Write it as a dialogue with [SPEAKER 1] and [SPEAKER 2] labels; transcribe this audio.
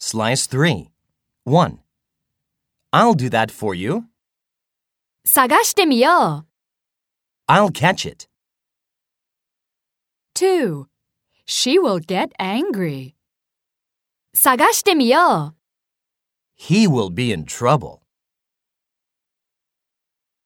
[SPEAKER 1] Slice 3. 1. I'll do that for you.
[SPEAKER 2] 探してみよ
[SPEAKER 1] I'll catch it.
[SPEAKER 2] う。2. She will get angry. 探してみよう。
[SPEAKER 1] He will be in trouble.